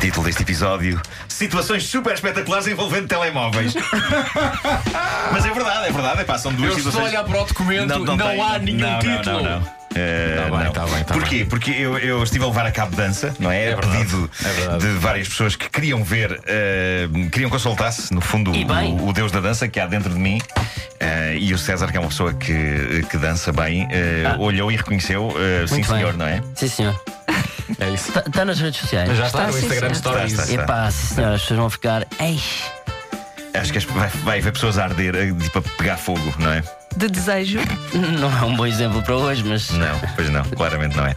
Título deste episódio: Situações super espetaculares envolvendo telemóveis. Mas é verdade, é verdade. É pá, são duas Eu estou a situações. olhar para o documento, não, tem. há nenhum Não, não, título. Não, não, Eh, Tá bem, não. tá bem, tá Porquê? Porque eu, eu estive a levar a cabo dança, não é? a verdade, pedido é verdade. de várias pessoas que queriam ver, eh, queriam consultar-se, no fundo, E bem. o, o Deus da dança que há dentro de mim. Eh, e o César, que é uma pessoa que, que dança bem, eh, Ah. olhou e reconheceu, eh, sim Muito bem. senhor, não é? Sim, senhor. É isso. Está nas redes sociais. Mas já está, Está, no sim, Instagram sim. Stories. Está, está. Epá, sim, senhora, as pessoas vão ficar. Ei, Acho que as- vai, vai haver pessoas a arder, eh, tipo a pegar fogo, não é? de desejo. não é um bom exemplo para hoje, mas. Não, pois não, claramente não é.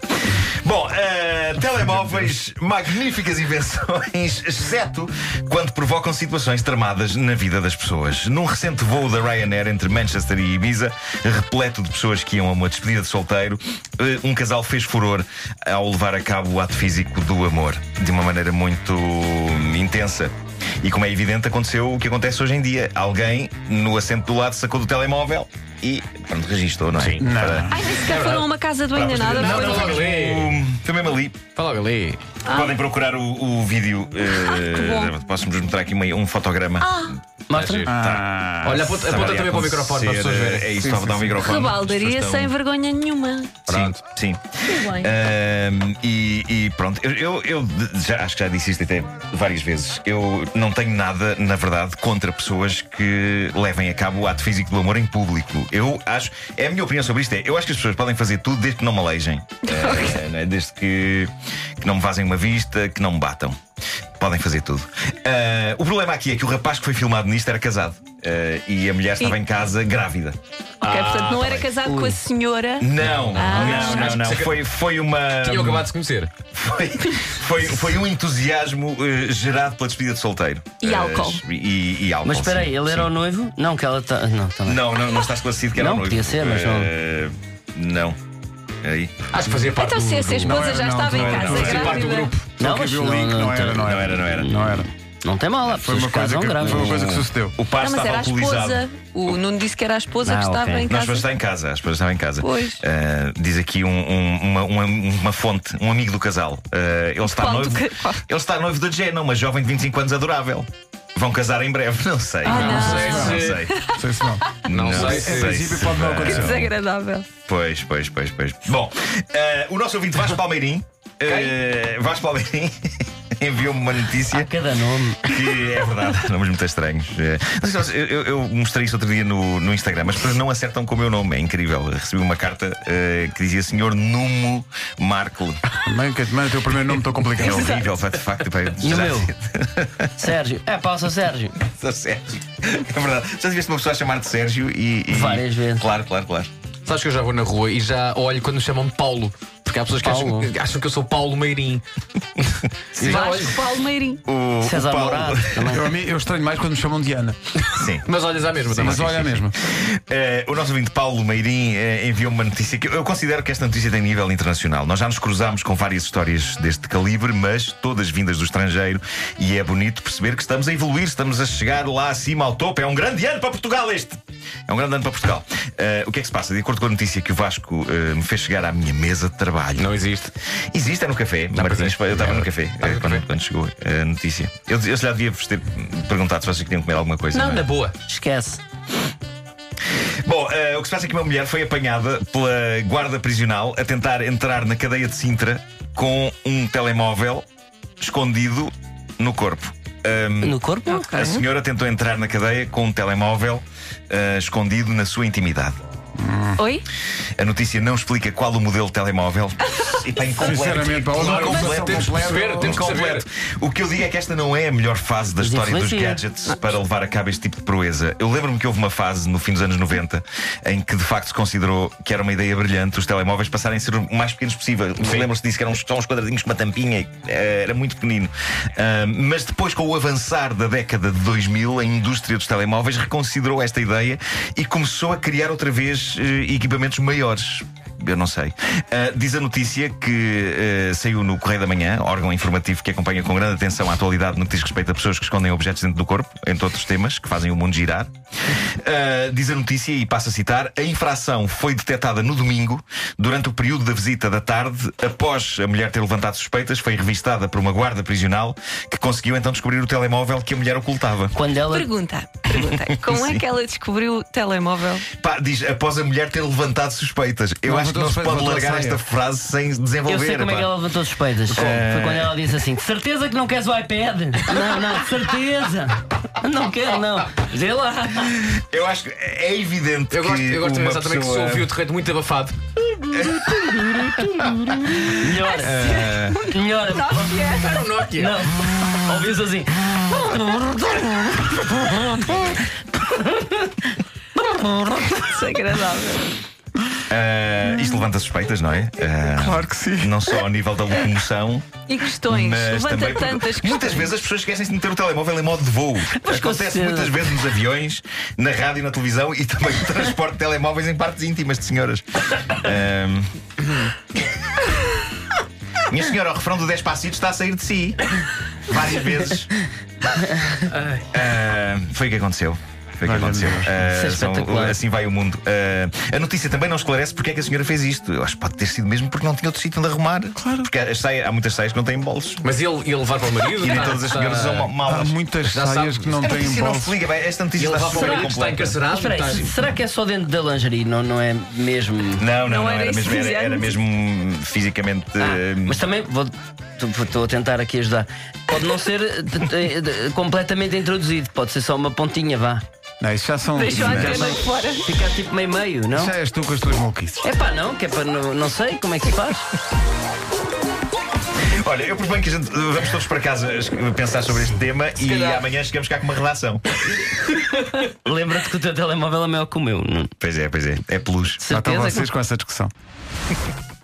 Bom, eh, telemóveis, magníficas invenções, exceto quando provocam situações tramadas na vida das pessoas. Num recente voo da Ryanair entre Manchester e Ibiza, repleto de pessoas que iam a uma despedida de solteiro, eh, um casal fez furor ao levar a cabo o ato físico do amor de uma maneira muito intensa. E como é evidente, aconteceu o que acontece hoje em dia. Alguém no assento do lado sacou do telemóvel e pronto, registou, não é? Sim. Ai, nem sequer foram a uma casa do ainda nada. Não, foi? um não, foi mesmo, Hum, foi mesmo ali. Fala logo ali. Podem procurar o, o vídeo. eh, que Ah. bom. Ah. Posso-vos mostrar aqui uma- um fotograma. Mostra. é Giro. Olha, aponta, aponta também para o microfone para as pessoas verem. É isso, estava a dar o microfone. Rebaldaria As pessoas sem estão- vergonha nenhuma. Pronto. Sim, sim. Muito bem. Ahm, e, e pronto, eu, eu- eu de- já, acho que já disse isto até várias vezes. Eu não tenho nada, na verdade, contra pessoas que levem a cabo o ato físico do amor em público. Eu acho, é a minha opinião sobre isto, é, eu acho que as pessoas podem fazer tudo desde que não me aleijem, Eh, né, desde que, que não me vazem uma vista, que não me batam. Podem fazer tudo. Ah, o problema aqui é que o rapaz que foi filmado nisto era casado. Ah, e a mulher estava em casa grávida. ok, portanto, não era casado com a senhora. Não, não, acho não, que não. se- Foi, foi uma. Tinham acabado de se conhecer. Foi, foi, foi um entusiasmo eh, gerado pela despedida de solteiro. E Eh, álcool. e, e álcool. Mas espera aí, sim, ele sim. era o noivo? Não, que ela está. Não, tá também. Não, não, não está esclarecido que era Não, o noivo. podia ser, mas não. Eh, não. É Aí. Acho que fazia parte Então, do, se é do, a sua esposa já não, estava não em era, não casa era. fazia parte do grávida. grupo. Não, Só que mas havia um não, link, não não, era, não Não era. era, não era. Não era. Não tem mal, há Foi pessoas uma que coisa casam que, graves. foi uma coisa que sucedeu. O par Não, mas estava era a alcoolizado. esposa. O Nuno disse que era a esposa Ah, que estava ok. em Não, as casa. pessoas estão em casa, as pessoas estão em casa. Pois. Eh, diz aqui um- um- uma, uma- uma fonte, um amigo do casal. Eh, ele, está Qual do noivo, ca- qual? ele está noivo da Jenna, uma jovem de 25 anos adorável. Vão casar em breve, não sei. Ah, não. sei, não Sim. sei. Não sei se não. Não sei Em se- princípio pode não Que acontecer. desagradável. Pois, pois, pois, pois. Bom, eh, o nosso ouvinte Vasco Palmeirim. eh, Vasco Palmeirim. Enviou-me uma notícia Cada nome. que é verdade, nomes muito estranhos. Eh, não sei se- Eu, eu- eu mostrei isso outro dia no, no Instagram, mas as pessoas não acertam com o meu nome, é incrível. Recebi uma carta eh, que dizia Senhor Numo Marco. Mãe, que mano, o teu primeiro nome tão É complicado. horrível, de facto. pá, E o já- meu? Sérgio. É, pausa, Sérgio. Sou Sérgio. É verdade. Já tiveste uma pessoa a chamar-te Sérgio e, e- Várias vezes. Claro, claro, claro. Sabes que eu já vou na rua e já olho quando me chamam de Paulo. Porque há pessoas que acham, Paulo. que acham que eu sou Paulo Meirim. E já olho. Vasco Palmeirim. O, César o Paulo- Mourado também. Eu, a mim- eu estranho mais quando me chamam de Ana. Sim. Mas olhas à mesma também. Mas olha mesmo. Eh, o nosso ouvinte Paulo Meirim eh, enviou-me uma notícia que eu considero que esta notícia tem nível internacional. Nós já nos cruzámos com várias histórias deste calibre, mas todas vindas do estrangeiro, e é bonito perceber que estamos a evoluir, estamos a chegar lá acima ao topo. É um grande ano para Portugal este! É um grande ano para Portugal. Eh, o que é que se passa? De acordo com a notícia que o Vasco eh, me fez chegar à minha mesa de trabalho. Não existe. Existe, é no café. Martins, pois é. eu estava no café Estava eh, no quando, café. quando chegou eh, a notícia. Eu, eu se lhe devia vos ter perguntado se vocês queriam comer alguma coisa. Não, é? na boa. Esquece. Bom, eh, o que se passa é que uma mulher foi apanhada pela guarda prisional a tentar entrar na cadeia de Sintra com um telemóvel escondido no corpo. Ahm, Hum. No corpo? É a senhora tentou entrar na cadeia com um telemóvel eh, escondido na sua intimidade. Oi? A notícia não explica qual o modelo de telemóvel. E tem completo. Sinceramente, pá, uma Claro, conversação completo. Temos que completa. perceber, temos que saber. Completo. O que eu digo é que esta não é a melhor fase da Mas história dos influencia. gadgets para levar a cabo este tipo de proeza. Eu lembro-me que houve uma fase no fim dos anos 90 em que de facto se considerou que era uma ideia brilhante os telemóveis passarem a ser o mais pequenos possível. Lembram-se disso que eram só uns quadradinhos com uma tampinha, e, eh, era muito pequenino. Ah, mas depois, com o avançar da década de 2000, a indústria dos telemóveis reconsiderou esta ideia e começou a criar outra vez eh, equipamentos maiores. Eu não sei. Ah, diz a notícia que ah, saiu no Correio da Manhã, órgão informativo que acompanha com grande atenção a atualidade no que diz respeito a pessoas que escondem objetos dentro do corpo, entre outros temas que fazem o mundo girar. eh, diz a notícia, e passo a citar: a infração foi detectada no domingo, durante o período da visita da tarde, após a mulher ter levantado suspeitas, foi revistada por uma guarda prisional que conseguiu então descobrir o telemóvel que a mulher ocultava. Quando ela. Pergunta, pergunta. Como é que ela descobriu o telemóvel? Pá, diz após a mulher ter levantado suspeitas. Eu Não, acho que levantou não se suspeitas, pode levantou a largar saia. esta frase sem desenvolver. Eu sei como é pá. que ela levantou suspeitas. Foi quando ela disse assim: "De certeza que não queres o iPad? Não, não, de certeza. Não quero, não. Vê lá. Eu acho que é evidente Eu que. gosto, eu gosto de uma pensar também que se pessoa- ouviu o terreiro muito abafado. Melhor. É eh, Melhor. Era um Nokia. Não. Ouviu-se assim. Desagradável. Ah, isto levanta suspeitas, não é? Ah, Claro que sim. Não só ao nível da locomoção, E questões. mas Levanta também. porque tantas questões. Muitas vezes as pessoas esquecem de meter o telemóvel em modo de voo. com Acontece certeza. muitas vezes nos aviões, na rádio, na televisão e também no transporte de telemóveis em partes íntimas de senhoras. Ahm. Minha senhora, o refrão do 10 passitos está a sair de si. Várias vezes. Ah, foi o que aconteceu. Foi o que Olha, aconteceu. meu Deus. Ah, Isso é são- espetacular. assim vai o mundo. Ah, a notícia também não esclarece porque é que a senhora fez isto. Eu acho que pode ter sido mesmo porque não tinha outro sítio onde arrumar. Claro. Porque as saia- há muitas saias que não têm bolsos. Mas ele ia levar para o marido. E nem tá? todas as Tá- senhoras usam ma- Há malas. muitas Já saias sabe. que não A têm notícia não bolsos. se liga bem. Esta Ia notícia está levar para o super marido que está completa. encarcerado. Espera tá? aí, será que é só dentro da lingerie? Não, não é mesmo. Não, não, não, Não era, era isso mesmo, que era, dizemos. era mesmo fisicamente. ah, Mas também vou. Estou a tentar aqui ajudar. Pode não ser eh, eh, eh, completamente introduzido, pode ser só uma pontinha, vá. Não, isso já são. Deixou a antena Já fora. Ficar tipo meio-meio, não? és tu com as tuas maluquices. É pá, não, que é para. Não, não sei como é que se faz. Olha, eu proponho que a gente. uh, Vamos todos para casa uh, pensar sobre este tema e calhar. amanhã chegamos cá com uma redação. Lembra-te que o teu telemóvel é maior que o meu, não? Pois é, pois é. É pelujo. Lá estão Certeza que vocês com essa discussão.